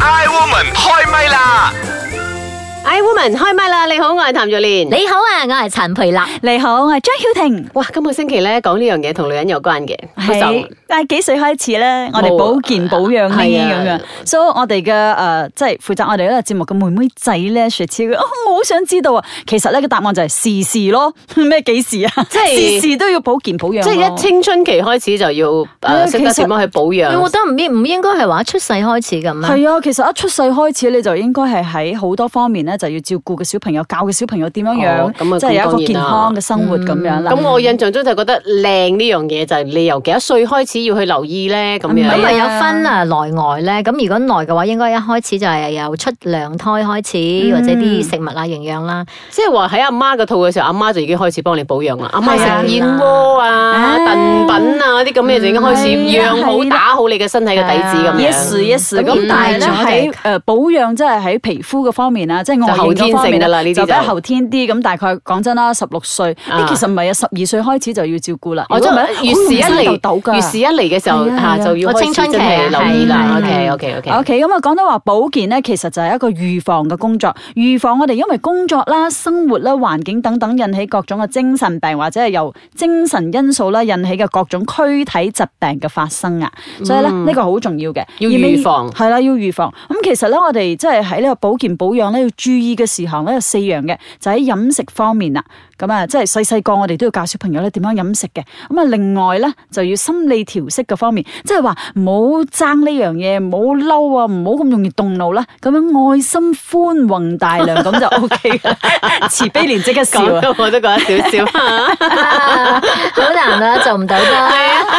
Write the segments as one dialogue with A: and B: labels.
A: Iwoman 開唛啦！
B: I woman 開唛啦！你好，我係譚玉蓮。
C: 你好啊，我係陳培立。
D: 你好，我係張曉婷。
B: 哇，今個星期咧講呢樣嘢同女人有關嘅，好爽
D: 但係幾歲開始咧？我哋
B: 冇啊
D: 保健保養呢
B: 係
D: 啲
B: 啊
D: 咁樣，所以我哋嘅誒，即係負責我哋呢個節目嘅妹妹仔咧，雪超， 哦我好想知道啊！其實呢個答案就係時時咯， 咩幾時啊？
B: 即係
D: 時時都要保健保養咯。
B: 即係一青春期開始就要
D: 啊
B: 誒識得
D: 其實
B: 點樣去保
C: 我
B: 養
C: 覺。得唔應唔應該係話出世開始咁咩？
D: 係啊，其實一出世開始你就應該係喺好多方面咧，就要照顧嘅小朋友，教嘅小朋友點樣
B: 哦咁啊
D: 樣，即係有一
B: 當然
D: 個
B: 啦
D: 健康嘅生活咁樣啦。嗯
B: 咁我印象中就覺得靚呢樣嘢就係你由幾多歲開始要去留意咧咁
D: 唔
C: 咁
D: 係
B: 樣。
C: 咪
D: 啊
C: 有分啊內外咧？咁如果內嘅話，應該一開始就係由出娘胎開始，
D: 嗯
C: 或者啲食物啊、營養啦。
B: 即係話喺阿媽嘅肚嘅時候，阿媽就已經開始幫你保養啦。阿媽
D: 係啊
B: 食燕窩啊、
D: 啊
B: 燉品啊啲咁嘅就已經開始
D: 係啊
B: 養好、
D: 係啊
B: 打好你嘅身體嘅底子咁樣。
D: yes yes
C: 咁
D: 咁，但係
C: 大咗
D: 咧
C: 定
D: 喺誒保養，即係喺皮膚嘅方面啊，即係外
B: 就後
D: 形
B: 天
D: 嗰方
B: 性㗎
D: 面
B: 啦呢啲
D: 就比
B: 就
D: 較後天啲。咁大概講真啦，十六歲，
B: 啊
D: 呢其實唔係啊，十二歲開始就要照顧啦。
B: 我
D: 如
B: 真
D: 果唔
B: 係
D: 哦係
B: 越時一
D: 好容易生痘痘
B: 嚟，
D: 㗎
B: 越時一嚟嘅時候
D: 係啊係
B: 嚇
D: 啊
B: 就要
C: 我
B: 開
C: 青春
B: 始真
C: 期
B: 係
C: 啊
B: 留意啦。
C: 係
B: OK
C: 係
B: OK OK。
D: OK，咁啊，講到話保健咧，其實就係一個預防嘅工作，預防我哋因為工作啦、生活啦、環境等等引起各種嘅精神病，或者係由精神因素啦引起嘅各種軀體疾病嘅發生啊。所以咧，呢個好重要嘅，
B: 嗯要
D: 而你
B: 預防
D: 係啦，要預防。咁其實咧，我哋即係喺呢個保健保養咧，要注意嘅事項咧有四樣嘅，就喺飲食方面啦。咁啊，即係細細個我哋都要教小朋友咧點樣飲食嘅。咁啊，另外咧就要心理調適嘅方面，即係話唔好爭呢樣嘢，唔好嬲啊，唔好咁容易動怒啦。咁樣愛心寬宏大量咁就 O K 啦。慈悲憐惜嘅笑
B: 講
D: 啊！
B: 到我都覺得少少，
C: 好難啊，做唔到啦。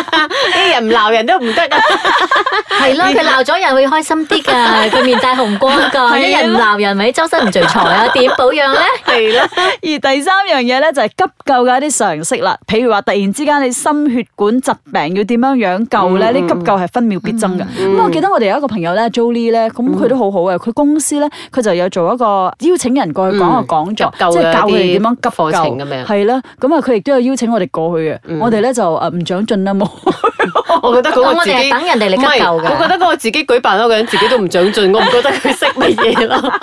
B: 啲哎人唔鬧人都唔得啊！
C: 係咯，佢鬧咗人會開心啲㗎，佢面帶紅光㗎。
D: 係啊
C: 一人唔鬧人咪周身唔聚財啊？點保養咧？
B: 係啦，
D: 而第三樣嘢咧就係急救嘅一啲常識啦，譬如話突然之間你心血管疾病要點樣樣救
B: 嗯
D: 咧？呢、急救係分秒必爭嘅。咁、我記得我哋有一個朋友咧，Jolie 咧，咁佢都好好嘅，佢公司咧佢就有做一個邀請人過去講個講座，
B: 嗯急救
D: 即係
B: 嘅
D: 教佢哋點樣急
B: 啲課程
D: 救
B: 咁樣嗯
D: 係啦，咁啊佢亦都有邀請我哋過去嘅，我哋咧就誒唔長進 啦冇。
B: 我覺得嗰個自己
C: 我哋係等人哋嚟急救㗎
B: 唔係我覺得嗰個自己舉辦嗰個人自己都唔長進，我唔覺得佢識乜嘢咯。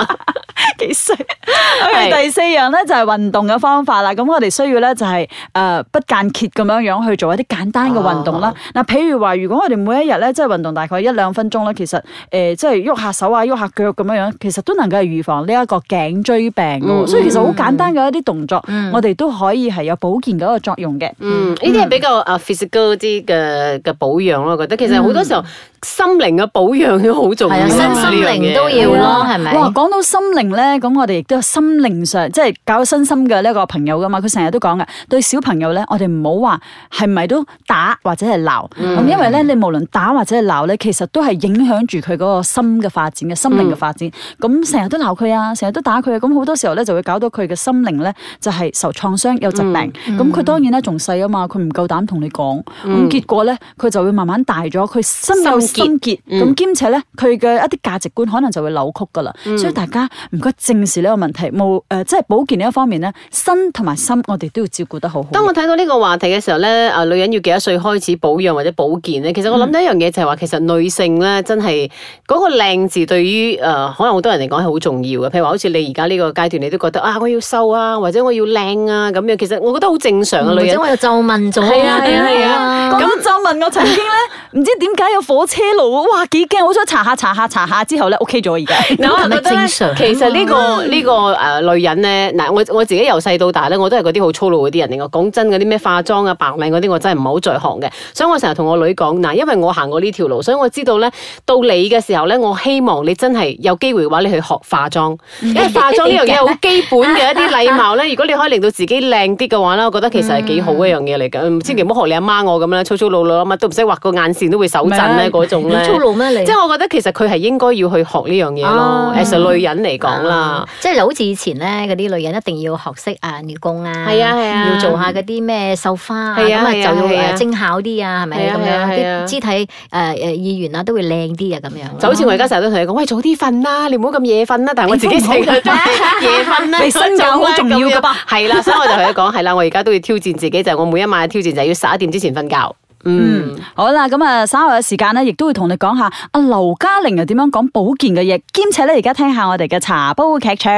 D: 幾歲
B: 係
D: ？OK，第四樣咧就係運動嘅方法啦。咁我哋需要咧就係誒不間歇咁樣樣去做一啲簡單嘅運動啦。哦嗱，譬如話，如果我哋每一日咧即係運動大概一兩分鐘啦，其實誒即係喐下手啊、喐下腳咁樣樣，其實都能夠係預防呢一個頸椎病嘅喎。所以其實好簡單嘅一啲動作，我哋都可以係有保健嘅一個作用嘅。
B: 嗯，呢啲係比較啊 physical 啲嘅嘅保養咯，我覺得其實好多時候心靈嘅保養都好重要
C: 係
B: 啊，
C: 啊，身心
B: 呢樣嘢
C: 靈都要咯，係咪？
D: 哇，講到心靈咧，咁我哋亦都有心靈上，即係搞身心嘅呢個朋友噶嘛。佢成日都講嘅，對小朋友咧，我哋唔好話係咪都打或者係鬧，咁、
C: 嗯
D: 因為咧，你無論打或者係鬧咧，其實都係影響住佢嗰個心嘅發展嘅心
C: 嗯
D: 靈嘅發展。咁成日都鬧佢啊，成日都打佢啊，咁好多時候咧就會搞到佢嘅心靈咧就係、受創傷有疾病。
C: 嗯
D: 咁佢、當然啦，仲細啊嘛，佢唔夠膽同你講，咁、
C: 嗯
D: 結果咧佢就會慢慢大咗，佢心有
B: 心結
D: 心結，咁、兼且咧佢嘅一啲價值觀可能就會扭曲噶啦，
B: 嗯
D: 所以大家唔該正視呢個問題，冇誒、呃即係保健呢一方面咧，身同埋心我哋都要照顧得好好。
B: 當我睇到呢個話題嘅時候咧，啊，女人要幾多歲開始保養或者保健咧？其實我
C: 嗯
B: 諗到一樣嘢就係話，其實女性咧真係嗰個靚字對於誒、呃可能好多人嚟講係好重要嘅。譬如話，好似你而家呢個階段，你都覺得啊，我要瘦啊，或者我要靚啊咁樣。其實我覺得好正常啊嘅女
C: 嗯或
B: 人
C: 者。我又皺紋咗。
B: 係啊係啊係啊
D: 咁就問我曾經 咧，唔知點解有火車路啊，哇幾驚！我想查下查下查下之後咧，OK 咗 而家。
B: 嗱，我覺得咧，
C: 正常哦
B: 其實呢、個呢、個誒、呃女人咧，嗱我我自己由細到大咧，我都係嗰啲好粗魯嗰啲人嚟。我講真嗰啲咩化妝啊、白領嗰啲，我真係唔係好在行嘅。所以我成日同我女講，嗱，因為我行過呢條路，所以我知道咧，到你嘅時候咧，我希望你真係有機會嘅話，你去學化妝，
C: 嗯
B: 因為化妝呢樣嘢好基本 嘅一啲禮貌咧。如果你可以令到自己靚啲嘅話咧，我覺得其實係幾好嘅一樣嘢嚟
C: 嗯
B: 嘅。千祈唔好學你阿媽我咁啦，粗粗魯魯啊嘛，都唔識畫個眼線都會手震咧嗰種咧。
C: 你粗魯咩你
B: 即係我覺得其實佢係應該要去學呢樣嘢咯
C: 哦
B: ，as a 女人嚟講啦
C: 啊，，即係好似以前咧，嗰啲女人一定要學識啊女工啊，
B: 係啊係啊
C: 要做下嗰啲咩繡花啊，
B: 係
C: 咁
B: 啊
C: 啊
B: 係啊
C: 就
B: 係啊
C: 要誒精巧啲啊，係
B: 係
C: 咪
B: 啊係
C: 咁
B: 啊係啊
C: 樣啲肢體誒誒意願啊都會靚啲啊咁樣。
B: 就好似我而家成日都同你講，喂，早啲瞓啦，你唔好咁夜瞓啦。但係我自己成日都 夜瞓啦，
D: 你身教好重要㗎
B: 吧
D: 噃？
B: 係啦，所以我就同佢講，係啦，我而家都要挑戰自己，就係我每一晚嘅挑戰就係要十一點之前瞓覺。嗯，
D: 好啦，咁啊，稍後嘅時間咧，亦都會同你講下阿劉嘉玲又點樣講保健嘅嘢，兼且咧而家聽下我哋嘅茶煲劇場。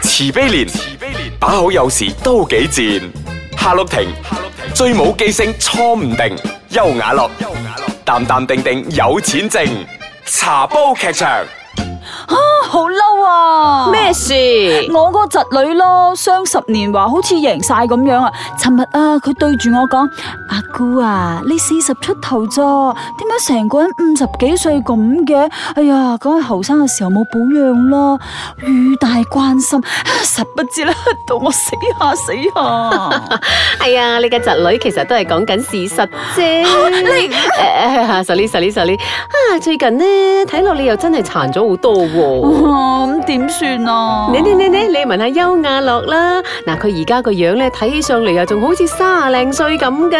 A: 慈悲蓮，慈悲蓮，把口有時都幾賤。夏綠庭，夏綠庭，最冇記性錯唔定。優雅樂，優雅樂，淡淡定定有錢剩。茶煲劇場，
D: 好嬲啊！
B: 咩事？
D: 我個侄女咯，雙十年華好似贏晒咁樣啊！尋日啊，佢對住我講：阿姑啊，你四十出頭咋？點解成個人五十幾歲咁嘅？哎呀，講係後生嘅時候冇保養啦，語大關心，啊實不知啦，到我死下死下。
B: 係啊，你嘅侄女其實都係講緊事實啫。你誒誒，sorry sorry sorry，啊最近呢，睇落你又真係殘咗好多喎。
D: 哇哦咁點算啊？
B: 你你你你，你問下優雅樂啦，嗱佢而家個樣咧睇起上嚟又仲好似卅零歲咁噶。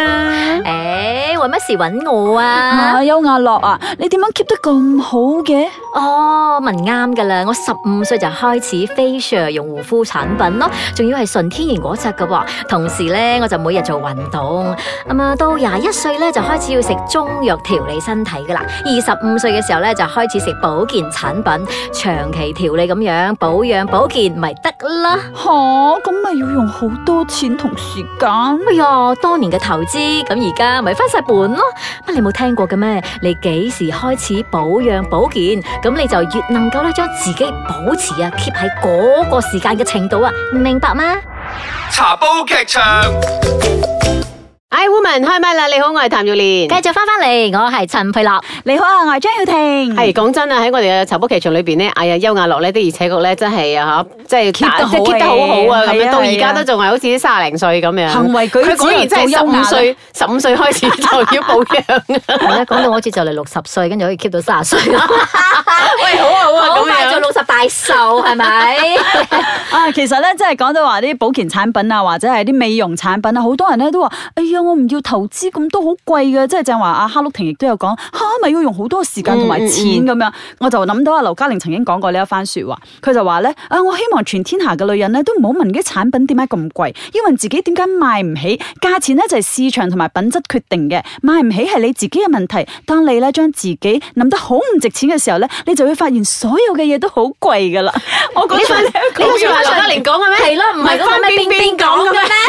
C: 诶，為乜事揾我啊
D: 啊，？優雅樂啊，你點樣 keep 得咁好嘅？
C: 哦，問啱噶啦！我十五歲就開始 facial 用護膚產品咯，仲要係純天然嗰只噶喎。同時咧，我就每日做運動。咁啊，到廿一歲咧就開始要食中藥調理身體噶啦。二十五歲嘅時候咧就開始食保健產品，長期調理咁樣保養保健咪得啦。
D: 吓，啊咁咪要用好多錢同時間。
C: 哎呀，多年嘅投資，咁而家咪翻晒本咯。乜你冇聽過嘅咩？你幾時開始保養保健，咁你就越能夠咧將自己保持啊 keep 喺嗰個時間嘅程度啊，明白嗎？
A: 茶煲劇場。
B: I woman 開麥啦！你好，我係譚耀蓮
C: 繼。續翻返嚟，我係陳 佩樂。
D: 你好啊，我係張曉婷。
B: 係講真啊，喺我哋嘅茶煲劇場裏邊咧，哎呀，優雅樂咧的而且確咧，真係啊嚇，即係
D: Keep 得好
B: 即係 keep 得好好啊，咁
D: 係
B: 樣
D: 啊
B: 到
D: 係啊
B: 而家都仲係好似啲卅零歲咁樣。
D: 行為舉止
B: 佢果然真係十
D: 又夠優雅
B: 五
D: 啦
B: 歲，十五歲開始就要保養 啊！
C: 係啦，講到我好似就嚟六十歲，跟住可以 keep 到三十歲，
B: 喂，好啊好啊，
C: 好
B: 咁
C: 快就
B: 樣。
C: 六十大壽， 係咪？
D: 啊，其實咧，真係講到話啲保健產品啊，或者係啲美容產品啊，好多人咧都話：哎呀，我唔要投資咁多，好貴嘅。即係正話阿哈禄婷亦都有講，吓咪要用好多時間同埋錢咁樣。我就諗到阿劉嘉玲曾經講過呢一番説話，佢就話咧：啊，我希望全天下嘅女人咧都唔好問啲產品點解咁貴，要問自己點解買唔起。價錢咧就係市場同埋品質決定嘅，買唔起係你自己嘅問題。當你咧將自己諗得好唔值錢嘅時候咧，你就會發現所有嘅嘢都好貴噶啦。我覺
B: 哦你
D: 得
B: 份
D: 呢一 個
B: 你份劉嘉玲講嘅咩？
C: 係咯，唔係嗰個咩邊邊講嘅咩？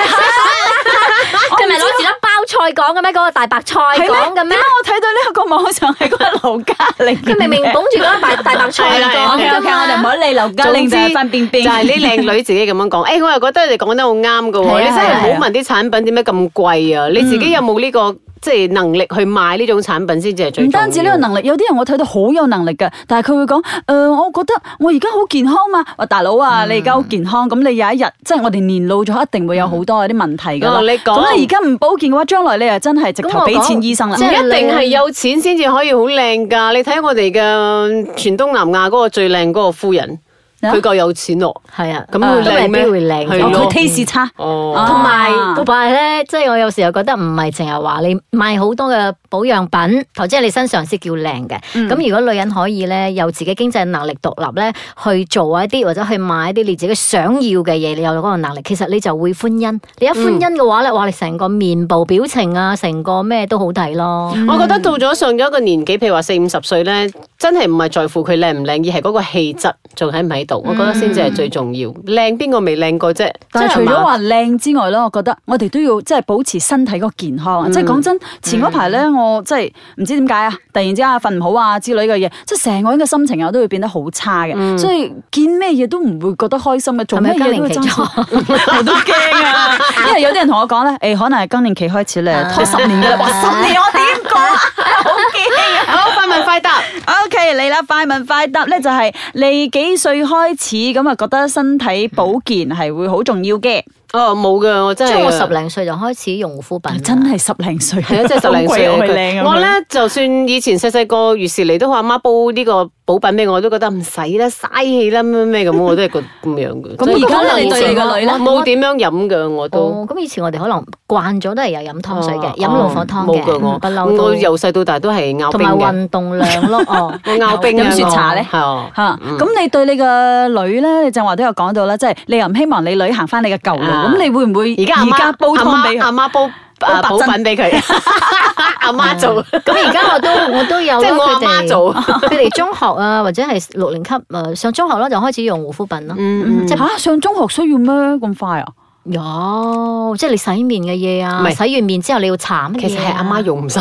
C: 佢咪攞住粒包菜講嘅咩？嗰個大白菜
D: 係
C: 講嘅
D: 點解
C: 咩？
D: 我睇到呢一個網上係嗰個劉嘉玲？啊
C: 佢明明捧住嗰粒大 大白菜
B: 係啦
C: 講
D: OK
C: 㗎
D: OK，我哋唔
C: 嘛
D: 好理劉嘉玲就係分辨辨，
B: 就係呢靚女自己咁樣 講，誒，我又覺得你哋講得好啱㗎
C: 係啊
B: 喎，你真係
C: 係
B: 唔
D: 啊嗯
B: 好問啲產品點解咁貴啊！你自己有冇呢個即係能力去買呢種產品先至係最
D: 唔單止呢個
B: 重要
D: 能力，有啲人我睇到好有能力嘅，但係佢會講：誒、呃我覺得我而家好健康嘛。話大佬
B: 嗯
D: 啊，你而家好健康，咁你有一日即係我哋年老咗，一定會有好多嗰啲問題㗎啦。
B: 哦你講
D: 咁你而家唔保健嘅話，將來你又真係直
C: 咁
D: 頭
C: 我
D: 俾
C: 講
D: 錢醫生啦哦
C: 即
B: 唔。
C: 係
B: 一定係有錢先至可以好靚㗎，你睇我哋嘅全東南亞嗰個最靚嗰個夫人，
D: 啊
B: 佢夠有錢咯。
C: 係啊，
B: 咁會靚咩
C: 都未必會靚
B: 係
D: 哦
B: 咯
D: 佢 taste 差，
B: 哦，
D: 啊
C: 同埋同埋咧，即係我有時又覺得唔係淨係話你買好多嘅保養品投資喺你身上先叫靚嘅。咁、如果女人可以咧，有自己經濟能力獨立咧，去做一啲或者去買一啲你自己想要嘅嘢，你有嗰個能力，其實你就會歡欣。你一歡欣嘅話咧，哇！你成個面部表情啊，成個咩都好睇咯。
D: 嗯
B: 我覺得到咗上咗一個年紀，譬如話四五十歲咧，真係唔係在乎佢靚唔靚，而係嗰個氣質仲喺唔喺度，我覺得先至係最重要。靚邊個未靚過啫？
D: 嗯但係除
B: 即係
D: 咗
B: 嘛
D: 話靚之外咧，我覺得我哋都要即係保持身體個健康
C: 嗯
D: 啊！即係講真，前嗰排咧，我即係唔知點解啊，突然之間瞓唔好啊之類嘅嘢，即係成個人嘅心情啊都會變得好差嘅，所以見咩嘢都唔會覺得開心嘅，
C: 嗯
D: 做
C: 係
D: 咩
C: 咪更
D: 嘢都
C: 年
D: 會
C: 期
D: 爭
C: 咗
D: 先？ 我都驚啊！因為有啲人同我講咧，誒可能係更年期開始咧，
C: 啊
D: 拖十年 嘅啦，哇十年我點講啊？ 好驚啊！
B: 好快問快答，
D: O K，你啦，快問快答咧，就係你幾歲開始咁啊？覺得身體保健係會好重要嘅，
B: 哦冇㗎，我真
C: 即
B: 係
C: 係我十零歲就開始用護膚品啦，
D: 真係十零歲，
B: 啊係啊，即係十零歲
D: 好
B: 啊
D: 鬼
B: 佢
D: 靚啊！
B: 我咧就算以前細細個月事嚟都話媽煲呢個補品俾我，我都覺得唔使啦，嘥氣啦，咩咩咁，我都係覺得咁樣嘅。
D: 咁而家咧，你對你個女
B: 我
D: 咧，
B: 冇點樣飲嘅，我都。
C: 哦，咁以前我哋可能慣咗都係有飲湯水嘅，飲老
B: 老
C: 火湯
B: 啊冇
C: 嘅，
B: 㗎
C: 嗯
B: 我
C: 不嬲
B: 我
C: 都。
B: 由細到大都係咬
C: 同
B: 冰
C: 埋
B: 嘅，
C: 運動量咯，哦，
B: 我咬冰嘅。
D: 飲雪茶咧
B: 我係啊
D: 嚇，咁你對你個女咧，你正話都有講到啦，即係你又唔希望你女行翻你嘅舊路，
B: 啊
D: 咁你會唔會
B: 而家阿
D: 而
B: 媽
D: 家煲
B: 阿
D: 湯
B: 媽
D: 俾佢
B: 阿？媽煲啊
D: 煲白
B: 補
D: 珍
B: 品俾佢，阿媽做，
C: 咁而家我都 我都有
B: 即係我
C: 啦，
B: 阿
C: 佢哋
B: 媽做。
C: 佢哋中學啊，或者係六年級誒上中學咯，就開始用護膚品咯。
B: 嗯
D: 吓、上中學需要咩咁快啊？
C: 有，即係你洗面嘅嘢
B: 唔
C: 啊，
B: 係
C: 洗完面之後你要搽乜嘢啊
B: 其實係阿媽用唔晒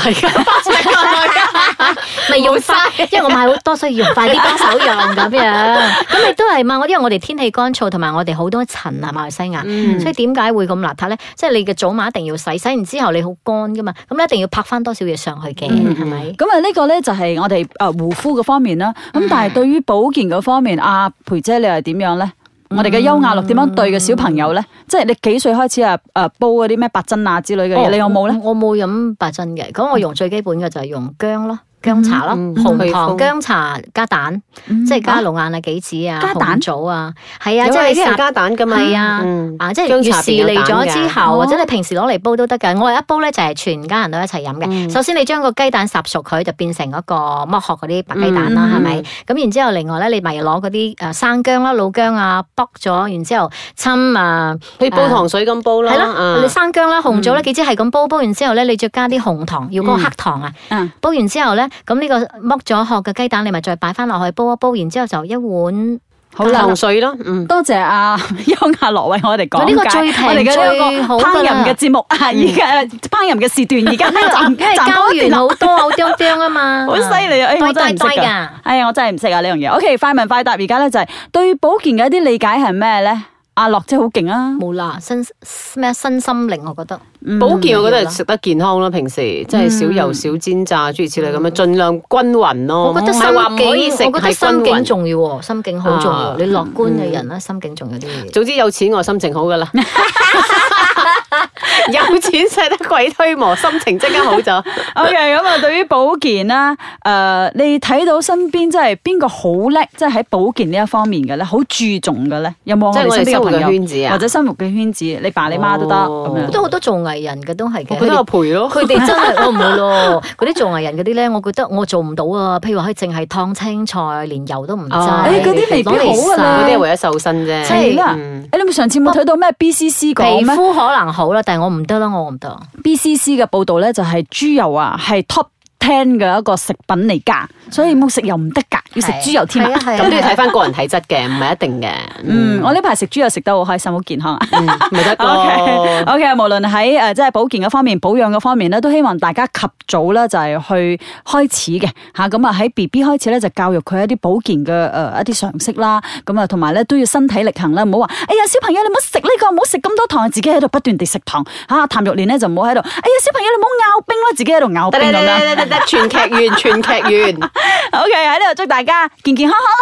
B: 嘅，
C: 咪用快
B: 冇，
C: 因為我買好多，所以用快啲幫手用咁 樣。咁亦都係嘛，我因為我哋天氣乾燥，同埋我哋好多塵啊，馬來西亞。
B: 嗯
C: 所以點解會咁邋遢咧？即係你嘅早晚一定要洗，洗完之後你好乾噶嘛，咁你一定要拍翻多少嘢上去嘅，
B: 嗯
C: 係咪？
D: 咁啊，呢個咧就係我哋誒護膚嘅方面啦。
B: 嗯
D: 咁但係對於保健嗰方面，阿培姐你係點樣咧？我哋嘅優雅樂點樣對嘅小朋友咧？
B: 嗯
D: 即係你幾歲開始啊？誒煲嗰啲咩白珍啊之類
B: 哦
D: 嘅嘢，你有冇咧？
C: 哦我我冇飲白珍嘅，咁我用最基本嘅就係用薑咯。薑茶咯，
B: 嗯
C: 紅
B: 去
C: 糖
B: 風
C: 薑茶加蛋，
B: 哦
D: 嗯
C: 即係加龍眼啊、杞子啊、
D: 加蛋
C: 紅棗啊，係啊，
B: 因
C: 即
B: 為
C: 係
B: 啲人
C: 烚
B: 加蛋噶嘛，
C: 係啊
B: 嗯
C: 啊，即係
B: 薑
C: 越
B: 茶
C: 事
B: 入邊
C: 嚟
B: 有蛋
C: 咗
B: 嘅
C: 之
D: 哦
C: 後，或者你平時攞嚟煲都得㗎。我哋一煲咧就係全家人都一齊飲
B: 嗯
C: 嘅。首先你將個雞蛋烚熟佢，就變成嗰個剝殼嗰啲白雞蛋啦，
D: 嗯
C: 係咪？咁然之後，另外咧你咪攞嗰啲誒生薑啦、老薑啊，剝咗，然之後侵啊，
B: 去煲糖水咁煲啦，
C: 係咯，
B: 啊
C: 你生薑啦、紅棗啦，
D: 嗯
C: 幾支係咁煲，煲完之後咧，你再加啲紅糖，要嗰個黑糖啊。
D: 嗯
C: 煲完之後咧，咁呢個剝咗殼嘅雞蛋，你咪再擺翻落去煲一煲，然之後就一碗。
D: 好啦
B: 糖。水啦，嗯。
D: 多謝阿 邱雅樂為我哋講
C: 呢個
D: 解
C: 最平
D: 我哋嘅呢一
C: 最
D: 個
C: 好
D: 烹
C: 㗎啦嗯
D: 飪嘅節目啊，而家烹飪嘅時段 而家啊暫
C: 因為
D: 暫
C: 膠
D: 告一段
C: 原啊
D: 落
C: 好多好刁刁啊嘛，
D: 好犀利啊！哎，我真係唔識
C: 呆呆呆
D: 㗎
C: 㗎。
D: 哎呀，我真係唔識啊呢樣嘢。OK，快問快答，而家咧就係對保健嘅一啲理解係咩咧？阿樂姐好勁 啊！
C: 冇啦，身咩身心靈，我覺得
B: 保健我覺得係食得健康啦，平時即係少油少煎炸諸如此類咁樣，盡量均勻咯。
C: 我覺
D: 哦
C: 得
B: 唔
C: 心
B: 係話唔可以食
C: 境，我覺得心
B: 係均
C: 境
B: 勻。
C: 重要喎，心境好重
B: 啊
C: 要。你樂觀嘅
D: 嗯
C: 人咧，心境重要啲嘢。
B: 總之有錢我心情好噶啦，有錢使得鬼推磨，心情即刻好咗。
D: OK，咁啊，對於保健啦，誒、你睇到身邊即係邊個好叻，即係喺保健呢一方面嘅咧，好注重嘅咧，有冇我
B: 即係
D: 哋
B: 我
D: 身
B: 哋
D: 邊嘅
B: 生活
D: 朋
B: 嘅
D: 友，
B: 圈子
D: 或
B: 啊，
D: 者生活嘅圈子，你爸你媽都得
B: 哦
D: 咁
C: 我覺
D: 樣。
C: 得好多做藝人嘅都係
B: 我
C: 嘅，
B: 覺得我賠咯。
C: 佢哋真係我唔會 咯。嗰啲做藝人嗰啲咧，我覺得我做唔到啊。譬如話，佢淨係燙青菜，連油都唔
B: 哦誒
C: 揸。
B: 嗰
D: 啲未必
C: 攞嚟
D: 好㗎啦
B: 嗰
C: 曬
B: 啲係為咗瘦身啫。
C: 即係
D: 啦
B: 嗯
D: 誒，你咪上次冇睇到咩 BCC 講
C: 皮
D: 咩
C: 膚可能好啦，但係我唔得啦，我唔得。
D: BCC 嘅報導咧，就係豬油啊，係 top ten 嘅一個食品嚟㗎，所以冇食油唔得㗎，要食豬油添啊。
C: 嗯係啊係啊
B: 咁都要睇翻個人體質嘅，唔係一定嘅。
D: 嗯，我呢排食豬油食得好開心，好健康啊！
B: 嗯，咪 得
D: O K
B: 咯。
D: O K，無論喺呃誒即係保健嗰方面、保養嗰方面咧，都希望大家及早咧就係去開始嘅嚇。咁啊喺 B B 開始咧就教育佢一啲保健嘅誒、呃一啲常識啦。咁啊同埋咧都要身體力行啦，唔好話哎呀小朋友你唔好食呢個，唔好食咁多糖，自己喺度不斷地食糖嚇、啊。譚玉蓮咧就唔好喺度，哎呀小朋友你唔好咬冰啦，自己喺度咬
B: 得
D: 冰
B: 得
D: 咁
B: 得得
D: 樣。
B: 得得，全劇院，全劇院。
D: O K 喺呢度祝大家健健康康啦。